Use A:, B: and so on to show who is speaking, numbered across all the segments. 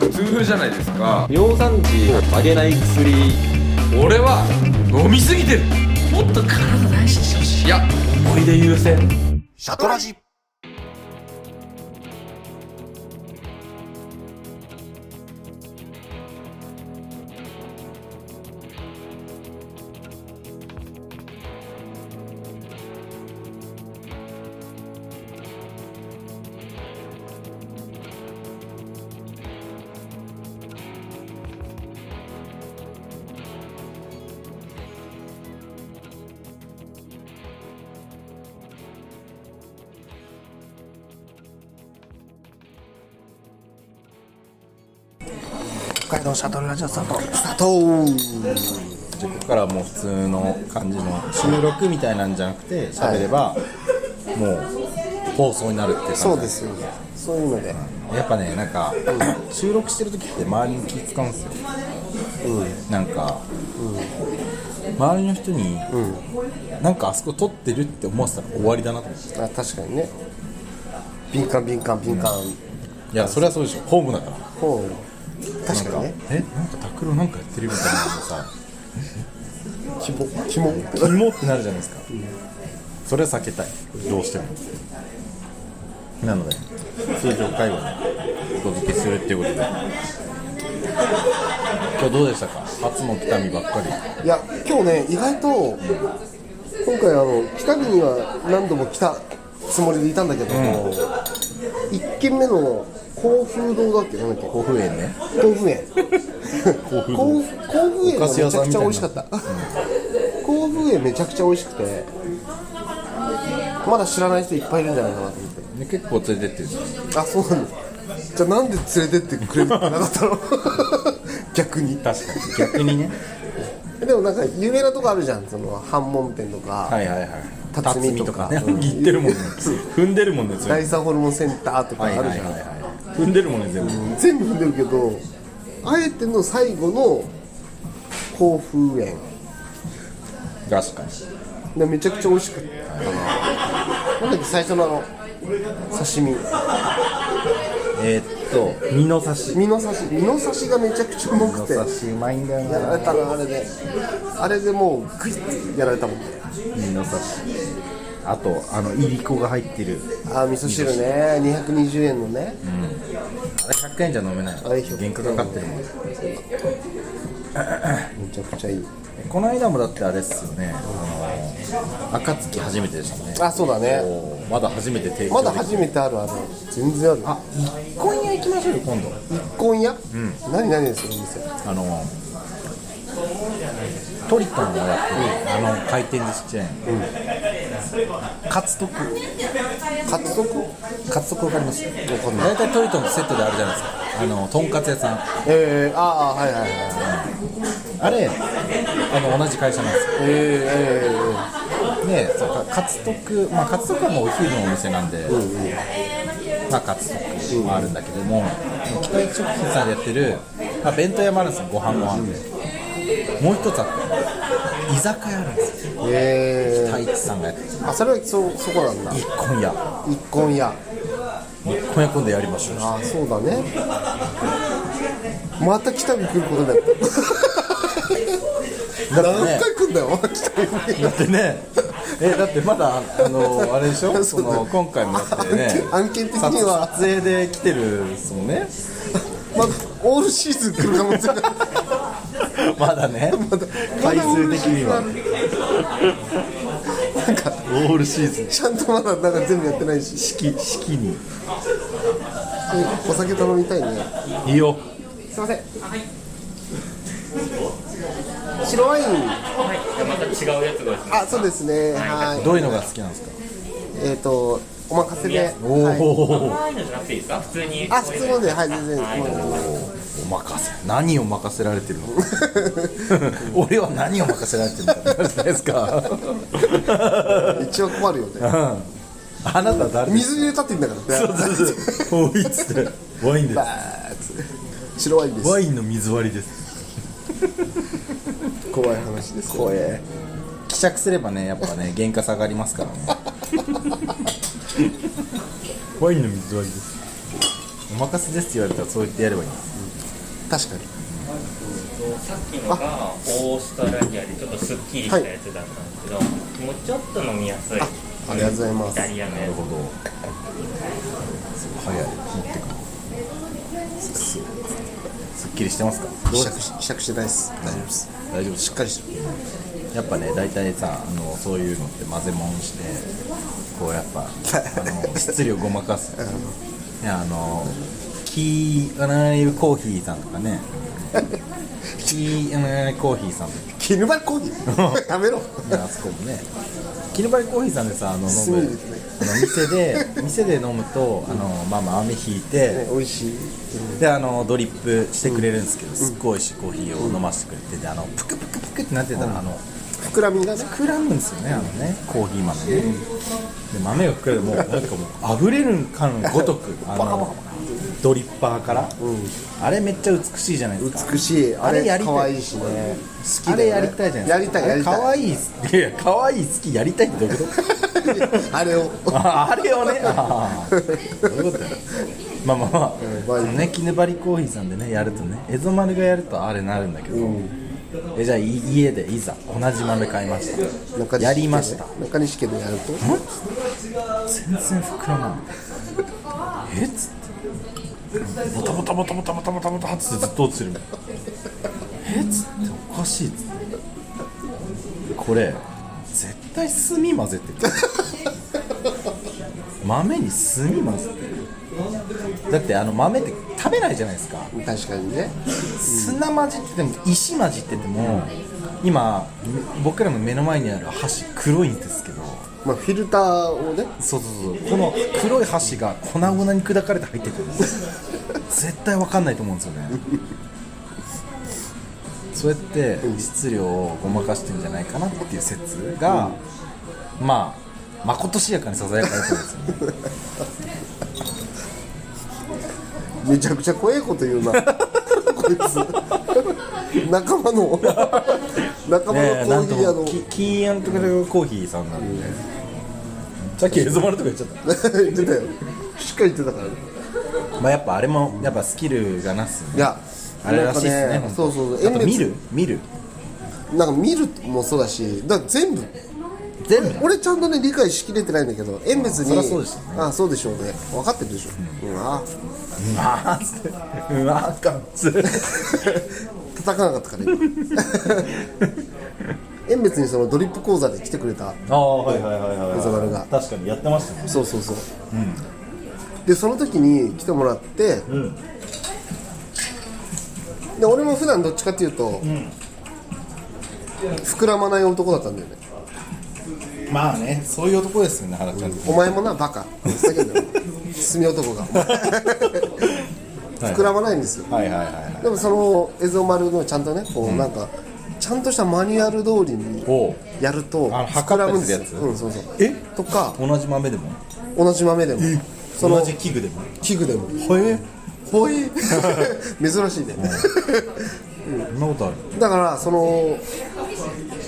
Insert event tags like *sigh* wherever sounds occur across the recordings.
A: 普通じゃないですか
B: 尿酸値を上げない薬
A: 俺は飲みすぎてるもっと体大事にしてほしいいや思い出優先
C: シャトラジ
D: 北海道シャトルラジオさんと
E: じゃあここからはもう普通の感じの収録みたいなんじゃなくて喋ればもう放送になるっていう感じ
D: そうですよねそういうので
E: やっぱねなんか収録してる時って周りに気使うんですよ、なんか、周りの人に、なんかあそこ撮ってるって思わせたら終わりだなと思って
D: あ確かにね敏感敏感敏感
E: いやそれはそうでしょホームだから
D: ほう確かに
E: なん
D: ね
E: かえなんか拓郎なんかやってるみたいなのさ
D: キモキモ
E: キモってなるじゃないですか、それは避けたいどうしてもなので通常会話でお届けするっていうことで今日どうでしたか初の北見ばっかり
D: いや今日ね意外と今回あの北国には何度も来たつもりでいたんだけども、一1軒目の甲府堂だっけなんだっけ
E: 甲府園ね
D: 甲府園甲府
E: 堂
D: 甲府園
E: お
D: が
E: 菓
D: めち
E: 子
D: ゃ
E: 屋
D: く
E: さ
D: ちゃ
E: んみたいな
D: 美味しかった、甲府園めちゃくちゃ美味しくてまだ知らない人いっぱいいるんじゃないかなと思って
E: ね結構連れてってる
D: あそうなんだじゃあなんで連れてってくれなかったの *laughs* 逆に
E: 確かに逆にね
D: でもなんか有名なとこあるじゃんその半門店とか、
E: はいはいはい
D: 辰巳とか
E: ね言ってるもんね踏んでるもんね全部
D: 第三ホルモンセンターとかあ
E: は
D: る
E: い
D: じゃん、
E: はいはいはい踏んでるもんね全部
D: 全部踏んでるけどあえての最後の甲府園
E: 確かに
D: でめちゃくちゃ美味しくてなんだっけ最初のあの刺身
E: えー、っと身の刺し
D: 身の刺し身の刺しがめちゃくちゃうまくてや
E: しうまいんだよ
D: られたなあれであれでもうグイッてやられたもんね
E: 身の刺しあとあのいりこが入ってる
D: あー味噌汁ね220円のね
E: あれ100円じゃ飲めない
D: あれ100
E: 原価かかってるもん
D: めちゃくちゃいい
E: この間もだってあれっすよねあの暁初めてでしたもんね
D: あそうだね
E: おーまだ初めて提供
D: まだ
E: でき
D: 初めてあるある全然ある
E: あ今夜行きましょうよ今度
D: 今夜、何何ですよお店
E: あのトリトンがやってるあの回転寿司チェーン、カツトク
D: カツ丼
E: カツトクわかります大体トリトンとセットであるじゃないですかあのとんかつ屋さん
D: えー、ああはいはいはい
E: あれあの同じ会社なんですよ
D: え
E: でそうかカツトクまあカツトクはもうお昼のお店なんで、まあカツトクもあるんだけども、北一食品さんでやってる、まあ、弁当屋もあるんですよご飯もあって、もう一つあって居酒屋あるんですよ
D: えー、え
E: 太一さんがやってる
D: ー、あそれはそそこなんだ
E: 一今夜
D: 一婚屋
E: 今夜今度やりましょう
D: あそうだねまた北見来ることになった
E: だってね
D: 何回来んだよ北見に
E: だってねえだってまだあのあれでしょ
D: そうだ
E: その今回もやって
D: *laughs*
E: ね
D: *laughs* 案件案件的には
E: 撮影で来てるんですもんね
D: まだオールシーズン来るかもしれない
E: まだね回数的には
D: なんか
E: オールシーズン
D: ちゃんとまだなんか全部やってないし
E: 式式に
D: お酒頼みたいね
E: いいよ
D: すいません白ワインあそうですねはい
E: どういうのが好きなんですか
D: えっ、とお任せで
E: おお、
D: はい、
F: いのじゃなくていいですか普通に
D: あ普通のではい全然もう
E: お任せ何を任せられてる *laughs* の俺は何を任せられてるんだってなるじゃないですか
D: 一応困るよね
E: あなた誰です
D: 水に入れたっていいんだからね
E: かおいっつってワインで
D: バ
E: す
D: ーッつって白ワインです
E: ワインの水割りです
D: 怖い話です怖え
E: 希釈すればねやっぱね原価下がりますからねワインの水割りですお任せですって言われたらそう言ってやればいいんです、
D: 確かに
F: さっきのがオーストラリアでちょっとすっきりしたやつだったんですけど、もうちょっと飲みやすいイ
D: あありがとうございます
F: タリアのや
E: な
F: つ
E: るほど早い持ってくすすっきりしてますか
D: 希釈し希釈してないです大丈夫です
E: 大丈夫です
D: しっ
E: か
D: かりしてる
E: やっぱね大体さあのそういうのって混ぜもんしてこうやっぱあ *laughs* の質量ごまかすいやあのキーアナナイブコーヒーさんとかねキーアナナイブコーヒーさんとか *laughs*
D: キヌバコー *laughs* ヒーやめろ
E: ねあそこもねキルバリコーヒーさんでさあの飲
D: 炭
E: む
D: ですね
E: あの店で店で飲むとあのまあまあ雨引いて
D: ね美味しい
E: であのドリップしてくれるんですけどすっごい美味しいコーヒーを飲ませてくれてであのプクプクプクってなってたらあの
D: 膨らみがね
E: 膨らむんですよねあのねコーヒー豆ねで豆が膨らんでもうなんかもう溢れるかのごとくあのドリッパーからあれめっちゃ美しいじゃないですか
D: 美しいあれ
E: やりた
D: 可愛いしね
E: あれやりたいじゃないですか
D: やりたいやりたい
E: 可愛いっすいや可愛い好きやりたいってどういうこと
D: あれを
E: ああれをねあーどういうことだよまあまあま
D: まあ
E: あ、
D: いい
E: ね、キヌバリコーヒーさんでねやるとねエゾマルがやるとあれなるんだけど、えじゃあい家でいざ同じ豆買いました
D: 中西家で
E: *laughs* やりました
D: 中西家でやると
E: 全然膨らまないえっつってボタボタボタボタボタボタボタっつってずっと落ちてるえっつっておかしいっつってこれ絶対炭混ぜてる豆に炭混ぜてるだってあの豆って食べないじゃないですか
D: 確かにね
E: 砂混じってても石混じってても今僕らの目の前にある箸黒いんですけど
D: まあフィルターをね
E: そうそうそうこの黒い箸が粉々に砕かれて入ってくるんです絶対わかんないと思うんですよねそうやって質量をごまかしてるんじゃないかなっていう説が、まあまことしやかにささやかれてるん *laughs* ですよね
D: めちゃくちゃ怖えこと言う
E: *laughs*
D: なこいつ仲間の仲間
E: ね
D: の
E: え
D: コー
E: なん
D: ヒ
E: と
D: ー屋 *laughs*
E: も
D: の
E: キキーアンとかコーヒーさんなんで、さっきエゾマルとか言っちゃった
D: 言ってたよしっかり言ってたからね
E: まあやっぱあれもやっぱスキルがなす
D: いや
E: あれらしいっすね
D: なんか
E: 本当
D: そうそう
E: あと見る見る
D: なんか見るもそうだしだから全部
E: 全部
D: 俺ちゃんとね理解しきれてないんだけど縁別
E: そり
D: に
E: ゃそうでしたね
D: あそうでしょうね分かってるでしょ、うわ
E: *laughs* うわーっつってうわーかっつって
D: 叩かなかったから *laughs* 今縁別にそのドリップ講座で来てくれた
E: ああはいはいはいはい、
D: 小沢丸が
E: 確かにやってましたね
D: そうそうそう、でその時に来てもらって、で俺も普段どっちかっていうと、膨らまない男だったんだよね
E: まあねそういう男ですよね原ちゃんって、
D: お前もなバカだけど *laughs* 住男が膨らまないんですよ
E: はいはいはいはい
D: でもそのエゾ丸のちゃんとねこうなんか、ちゃんとしたマニュアル通りに
E: おう
D: やると
E: あの
D: 膨らむんですよ
E: 測った
D: う
E: りするやつ
D: んそうそう
E: え
D: とか
E: 同じ豆でも
D: 同じ豆でもその
E: 同じ器具でも
D: 器具でも
E: ほえ
D: ほ
E: *laughs*
D: い珍しいね
E: そんなことある
D: だからその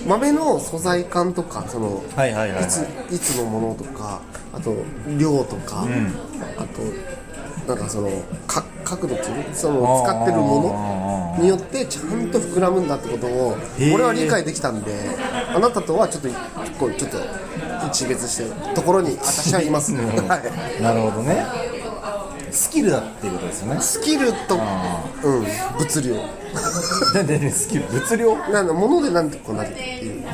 D: 豆の素材感とかその
E: はいはいはいはい
D: いついつのものとかあと量とか、あとなんかそのか角度っていうのその使ってるものによってちゃんと膨らむんだってことを
E: へー
D: 俺は理解できたんであなたとはちょっとこうちょっと一別してるところに私はいます、はい
E: なるほどねスキルだっていうことですよね
D: スキルと、うん、物量
E: なんでねスキル物量
D: なんだ物でなんとかなるっていう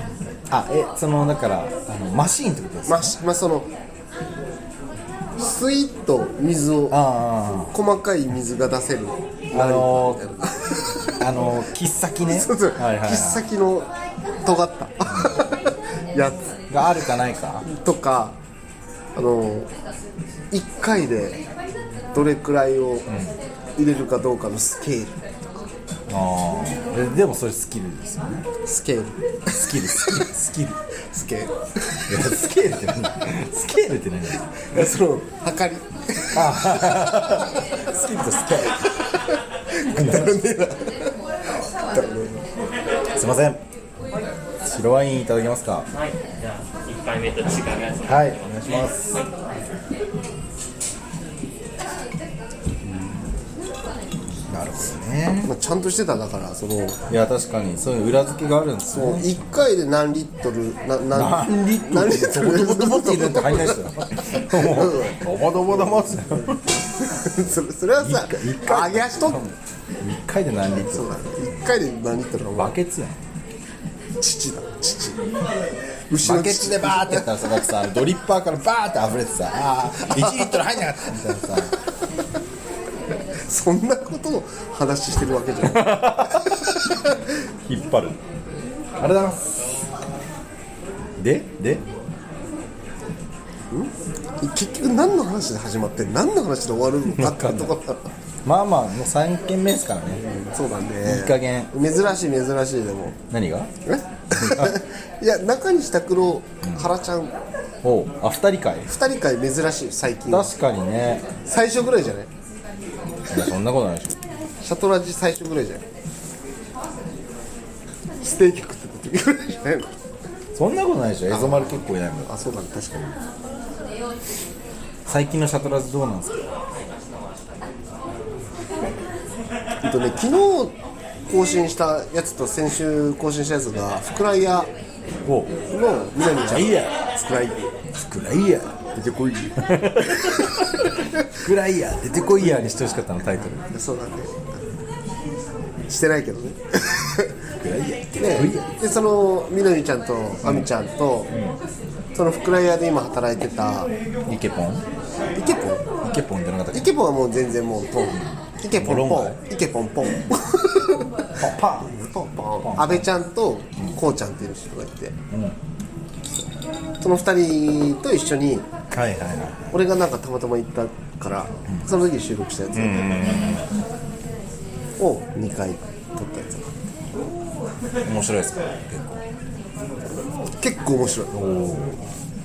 E: あえそのだからあのマシーンってことですか
D: まあ、しまあ、そのスイッと水を
E: あ
D: 細かい水が出せる
E: ああのー、あのー、切っ先ね
D: そうそう
E: はいはい、
D: 切っ
E: は
D: 先の尖った *laughs* やつ
E: い、があるかないか
D: とかあの1回でどれくらいを入れるかどうかのスケール
E: あーえでもそれスキルですよね
D: スケール
E: スキルスキルスキル
D: スケー
E: いやスケールって何スケールって何
D: ル *laughs* その測り
E: スキルとスケールすいません白ワインいただけますか
F: はいじゃあ1杯目と違うやつ
E: はいお願いしますあなるほどね
D: まあ、ちゃんとしてただからそのも
E: いや確かにそういう裏付けがあるんですよ
D: う1回で何リットルなな
E: 何リット
D: 何
E: ル
D: リットル
E: ボトボトボト入れるって入んないっすよドボドボドボっすよ
D: *laughs* それそれはさ
E: 一
D: 揚げ足とっ
E: 1回で何リット
D: そう
E: ル
D: だ1回で何リットルか
E: バケツやん
D: 父だ父牛の
E: バケツでバーってやったらさだってさドリッパーからバーって溢れてさあー1リットル入んなかったみたいなさ
D: そんなことを話してるわけじゃない
E: 引っ張るありがとうございますでで
D: 結局何の話で始まって何の話で終わるのかっていうところ
E: まあまあもう3軒目ですからね
D: そうだね
E: いい加減
D: 珍しい珍しいでも
E: 何が *laughs*
D: えいや中西拓郎原ちゃん
E: おうあ二人会
D: 二人会珍しい最近
E: 確かにね
D: 最初ぐらいじゃない
E: いやそんなことないでし
D: シャトラジ最初ぐらいじゃないステーキ食ってた時ぐらいじゃないの
E: ょそんなことないでしょエゾマル結構いないもん
D: あそうだね確かに
E: 最近のシャトラズどうなんですか
D: えっとね昨日更新したやつと先週更新したやつがふくらい屋
E: お
D: の
E: う
D: 南ちゃん
E: いや
D: ふくらい
E: ふくらい *laughs* や出てこいやふくらいや出て *laughs* こいやにしてほしかったのタイトル
D: そうだねしてないけどね
E: ふくらいや出てこいや
D: ねでその南ちゃんと亜美ちゃんと、そのふくらい屋で今働いてた
E: イケポン
D: イケポン
E: イケポンじゃなかったっ
D: イ
E: け
D: ケポンはもう全然もうポンイケポン
E: もう
D: ポ
E: 論
D: ンイケポンポン
E: パ
D: ポンポン阿部ちゃんとこうちゃんっていう人がいて、その二人と一緒に
E: ンはいはいは
D: 俺がなんかたまたま行ったから、その時に収録したやつを2回撮ったやつ
E: い面白いですか結
D: 結
E: 構
D: 構面白い
E: おお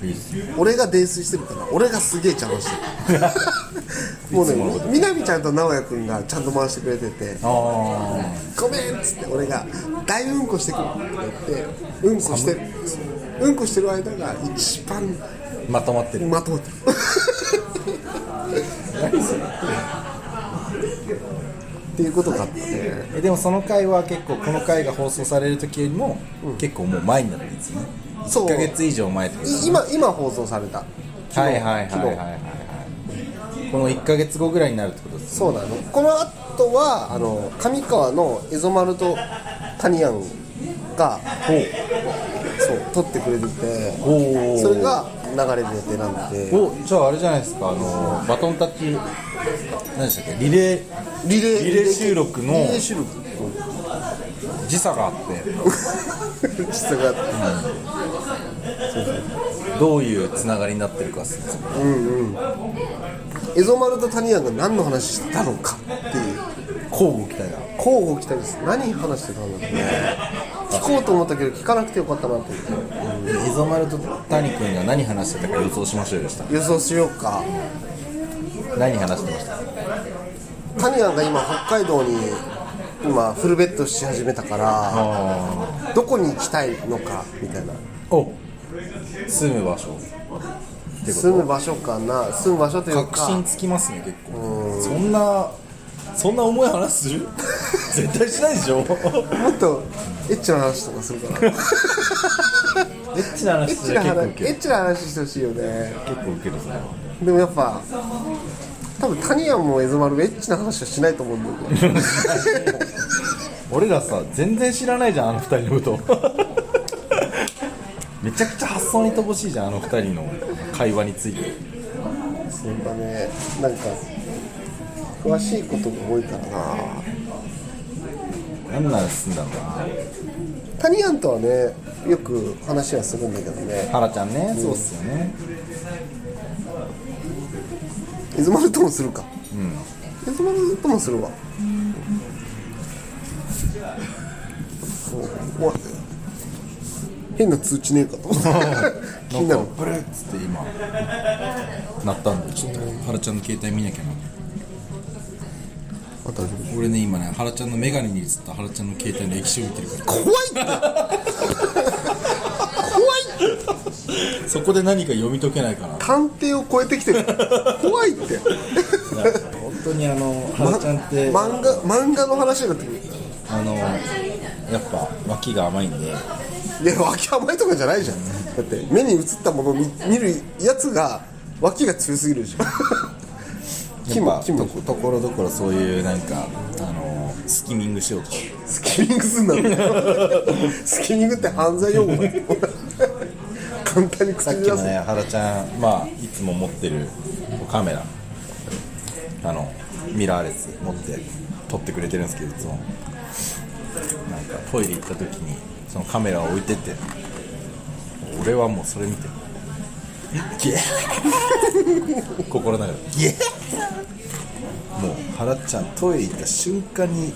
E: いいっすね
D: 俺が泥酔してるから俺がすげえ邪魔して
E: *laughs*
D: るもうねみなみちゃんと直哉君がちゃんと回してくれてて
E: あ
D: 「ごめん」っつって俺が「大うんこしてくる」って言ってうんこしてうんこしてる間が一番
E: あまとまってる
D: まとまってるっていうことがあってね
E: えでもその回は結構この回が放送される時よりも、結構もう前になるんですね
D: そう
E: 1ヶ月以上前ってこと
D: い今今放送された昨
E: は
D: 日
E: いはいはいはいはい
D: 昨日
E: はいこの1ヶ月後ぐらいになるってことです
D: そうなのこの後はあの上川のエゾマルとタニアンがそう撮ってくれてて
E: お
D: それが流れる予定なんで
E: おじゃああれじゃないですかあのバトンタッチ何でしたっけリレー
D: リレー
E: リレー収録
D: リ
E: の
D: レー収録 *laughs*
E: 時差があって
D: の質が
E: どういうつながりになってるかっすね
D: エゾマルとタニアンが何の話してたのかっていう
E: 交互期待だ
D: 交互期待です何話してたんだろうね聞こうと思ったけど聞かなくてよかったなと思って
E: エゾマルと谷君が何話してたか予想しましょうよした
D: 予想しようか
E: 何話してました
D: タニアンが今北海道に今フルベッドし始めたから
E: あ
D: どこに行きたいのかみたいな
E: お住む場所ってこと
D: 住む場所かな住む場所という
E: 確信
D: か
E: つきますね結構そんなそんな重い話する *laughs* 絶対しないでしょエ
D: もっとエッチな話とかするからエ
E: ッチな話
D: ッ
E: す
D: チ
E: る
D: な
E: 結構ウ
D: 話
E: ケ
D: エ
E: る
D: ッチな話してほしいよね
E: 結構ウケるそれは
D: でもやっぱ多分タニアンもエズマルもエッチな話はしないと思うんだよね
E: 俺らさ全然知らないじゃんあの二人のこと *laughs* めちゃくちゃ発想に乏しいじゃんあの二人の会話について
D: そうだねなんか詳しいことが多いからな
E: 何なら進んだのか
D: タニアンとはねよく話はするんだけどね
E: なハラちゃんねそうっすよね
D: エズマルともするかうんエズマルともするわそうおい変な通知ねえかと思
E: *laughs*
D: って気になる
E: なんかブルーっつって今鳴ったんでちょっとハラちゃんの携帯見なきゃな
D: あ大丈夫
E: 俺ね今ねハラちゃんの眼鏡に映ったハラちゃんの携帯の液晶見てるから
D: 怖いって
E: そこで何か読み解けないかな
D: 探偵を超えてきてる怖いって
E: 当にあのはるちゃんって、
D: ま漫画漫画の話になってくる
E: あのやっぱ脇が甘いんで
D: いや脇甘いとかじゃないじゃんだって目に映ったものを見見るやつが脇が強すぎるじゃんキ
E: やっ
D: ム
E: ぱ
D: キム
E: とところどころそういうなんかあのスキミングしようとして
D: スキミングすんなの
E: *laughs*
D: スキミングって犯罪用語だよ簡単に
E: さっ
D: 口に
E: き
D: 出
E: の
D: す
E: ね原ちゃんまあいつも持ってるカメラあのミラーレス持って撮ってくれてるんですけどいつもなんかトイレ行った時にそのカメラを置いてって俺はもうそれ見てゲー心の中でゲーもう原ちゃんトイレ行った瞬間に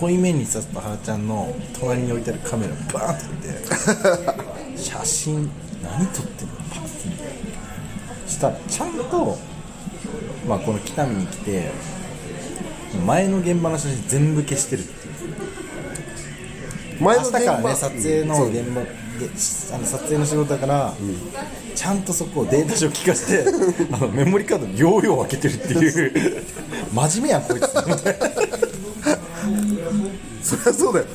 E: 遠い目に刺すと原ちゃんの隣に置いてあるカメラバーンって見て写真何撮ってんのパッて見てしたらちゃんと、まあ、この北見に来て前の現場の写真全部消してるっていう
D: 前
E: 明日からね撮影の現場でしあの撮影の仕事だから、ちゃんとそこをデータ上聞かせ *laughs* てあのメモリカードの容量を開けてるっていう真面目やんこいつみたいな
D: そりゃそうだよ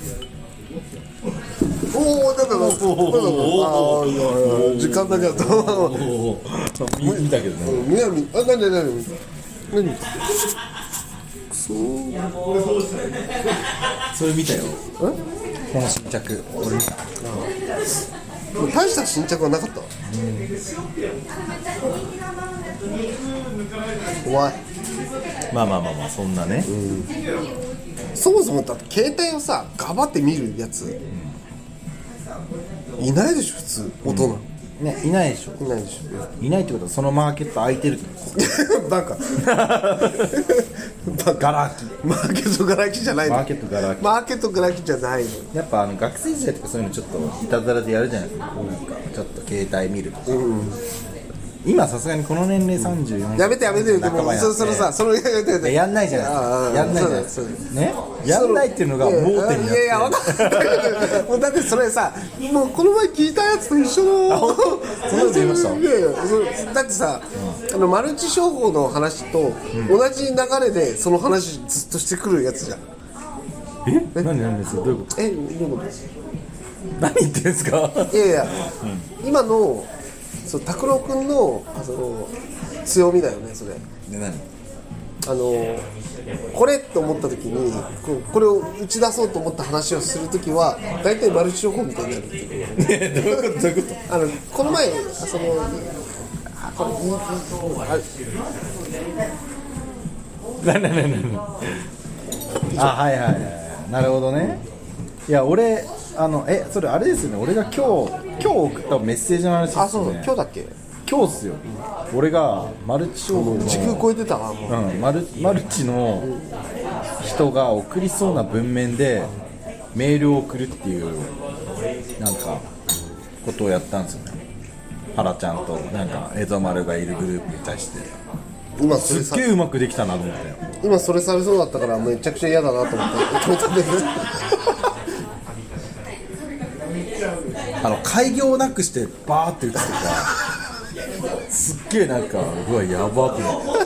D: おおだからだから時間だけだと
E: *laughs*
D: *laughs*
E: 見見たけどね
D: むやみあ何何何何くそ
E: それ見たよこの新着俺見た
D: 大した新着はなかったわ怖い
E: まあまあまあまあそんなね、
D: そもそもだって携帯をさガバって見るやつ、いないでしょ普通大人、
E: ねいないでしょ
D: いないでし
E: いないってことはそのマーケット空いてるってこと *laughs*
D: ょバ *laughs* カ
E: ガラ空
D: マーケットガラ空きじゃないの
E: マーケットガラ空き
D: マーケットガラ空きじゃないの
E: きやっぱあの学生時代とかそういうのちょっといたずらでやるじゃないですか,、なんかちょっと携帯見るとか、今さすがにこの年齢34
D: やめてやめてよでもそそのさそのやめてやめ
E: いや
D: て
E: やんないじゃないですかやんないじゃないです
D: そうだそう
E: かねやんないっていうのが盲点になってる
D: いやいや分かったけど
E: *laughs*
D: もうだってそれさもうこの前聞いたやつと一緒の
E: 本当そんなの言いました
D: いやいやそれだってさ、あのマルチ商法の話と同じ流れでその話ずっとしてくるやつじゃん、
E: え何何それどういうこと
D: えどういうこと
E: 何言ってんすか
D: いやいや、今のそう拓郎君のあその強みだよねそれ
E: で何
D: あのこれと思った時にこうこれを打ち出そうと思った話をする時は大体マルチ商法みたいになるっていう
E: ねどういうことどういうこ
D: あのこの前あそのあこれいいいいあれ
E: と何何何何あはいはいはいなるほどねいや俺あのえそれあれですよね俺が今日今日送ったメッセージの話ですよね
D: あそうそう今日だっけ
E: 今日っすよ、俺がマルチ商法の
D: 時空超えてたわもう
E: うん、マルマルチの人が送りそうな文面でメールを送るっていうなんかことをやったんですよねハラちゃんとなんか江戸丸がいるグループに対して
D: 今それ
E: す
D: さ
E: っげえうまくできたなと思ったよ
D: 今それされそうだったからめちゃくちゃ嫌だなと思って止めたんだけど
E: あの開業なくしてバーって打つとかすっげえなんかうわやばくないこ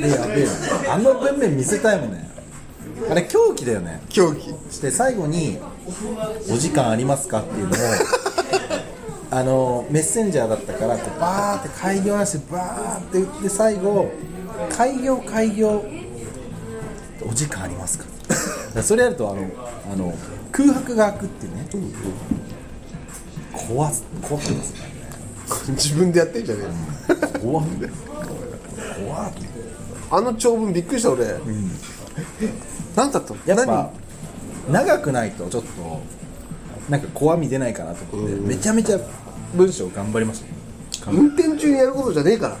E: れやべえなあの文面見せたいもんねあれ狂気だよね
D: 狂気
E: して最後に「お時間ありますか?」っていう
D: *laughs*
E: のをあのメッセンジャーだったからこうバーって開業なしでバーって打って最後「開業開業」お時間ありますか *laughs* だからそれやるとあのあの空白が空くっていうね怖す怖ってますね
D: *laughs* 自分でやってんじゃねえよ
E: 怖っ怖っ
D: あの長文びっくりした俺、なんだったの
E: やっぱ長くないとちょっとなんか怖み出ないかなと思ってめちゃめちゃ文章頑張りました
D: 何運転中にやることじゃねえから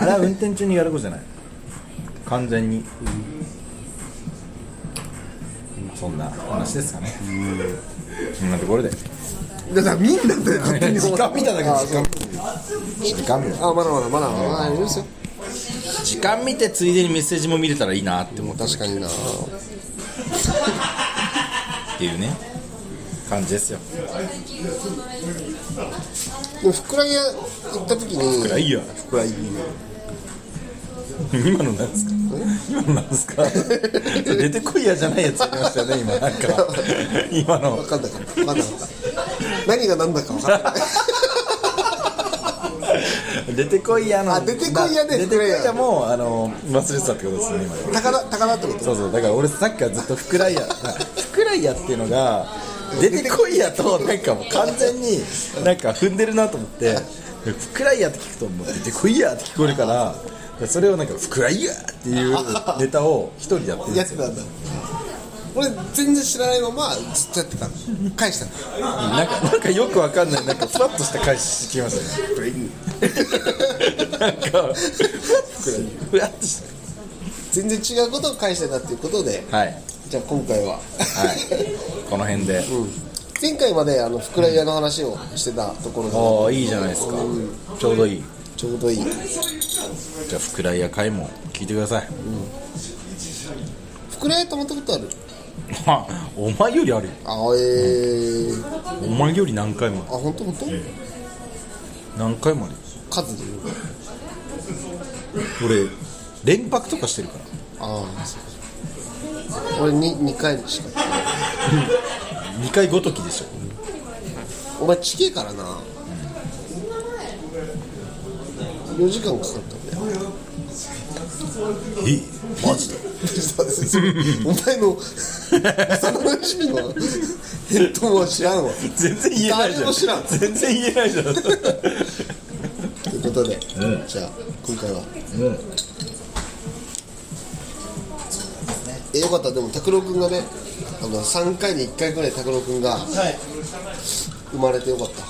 E: あれは運転中にやることじゃない完全に、そんな話ですかねそんなところで
D: だから *laughs* みんなだよ勝手に
E: 時間見ただけで
D: あ
E: 時間時間見
D: あまだまだまだまだありますよ
E: 時間見てついでにメッセージも見れたらいいなって思ったっ
D: 確かにな
E: ていうね感じですよ
D: でもふくら屋行った時に
E: いや
D: ふくら屋
E: 今のなんですか今のなんですか出てこいやじゃないやつありましたよね今なんか今の
D: 分かんなかった分かんなかった何が何だか分かんない
E: 出てこいやの
D: あ出てこいやで
E: 出てこいやもあの忘れてたってことですね今ね
D: 高田高田ってこと
E: そうそうだから俺さっきからずっとふくらいやふくらいやっていうのが出てこいやとなんかもう完全になんか踏んでるなと思ってふくらいやって聞くともう出てこいやって聞こえるからそれをなんかふくらいやっていうネタを一人でやってるんで
D: やっ
E: す
D: て
E: よ
D: たんだ俺全然知らないままずっとやってたの返したの
E: なんかなんかよくわかんないなんかふわっとした返ししてきましたねなんかふわっとしたふわっとし
D: 全然違うことを返してたっていうことで
E: たはい
D: じゃあ今回は、
E: はいこの辺で、
D: 前回まであのふくら屋の話をしてたところが
E: ああいいじゃないですかちょうどいい
D: ちょうどいい
E: じゃあふくらいや会も聞いてください *laughs*
D: ふくら屋泊まったことある
E: まあ、お前よりあるよ
D: あえー、
E: お前より何回もあ
D: あ本当本当
E: る何回もあるよ
D: 数で言う
E: 俺連泊とかしてるから
D: ああそうか俺に2回しか
E: 2回ごときでしょ
D: お前ちげえからな4時間かか
E: *laughs*
D: ったんだよ
E: え
D: マジでお前の
E: *laughs*
D: 幼なじみのヘッドは知らんわ
E: 全然言えないじ
D: 誰
E: ゃん
D: も知らん
E: 全然言えないじゃん
D: ということで、じゃあ今回は、えよかったでも拓郎くんがねあの3回に1回ぐらい拓郎くんが生まれてよかった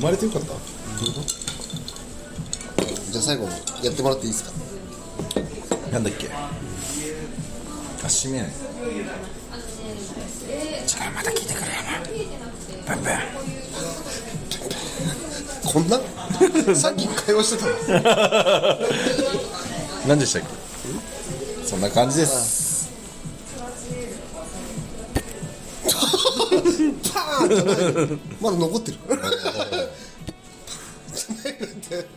E: 生まれてよかった
D: じゃあ最後やってもらっていいですか
E: なんだっけあ閉めないじゃあまた聞いてくれよなブンブン
D: こんなさっき会話してたの
E: 何でしたっけそんな感じです
D: パーンじゃないよまだ残ってるパーンじゃないなんて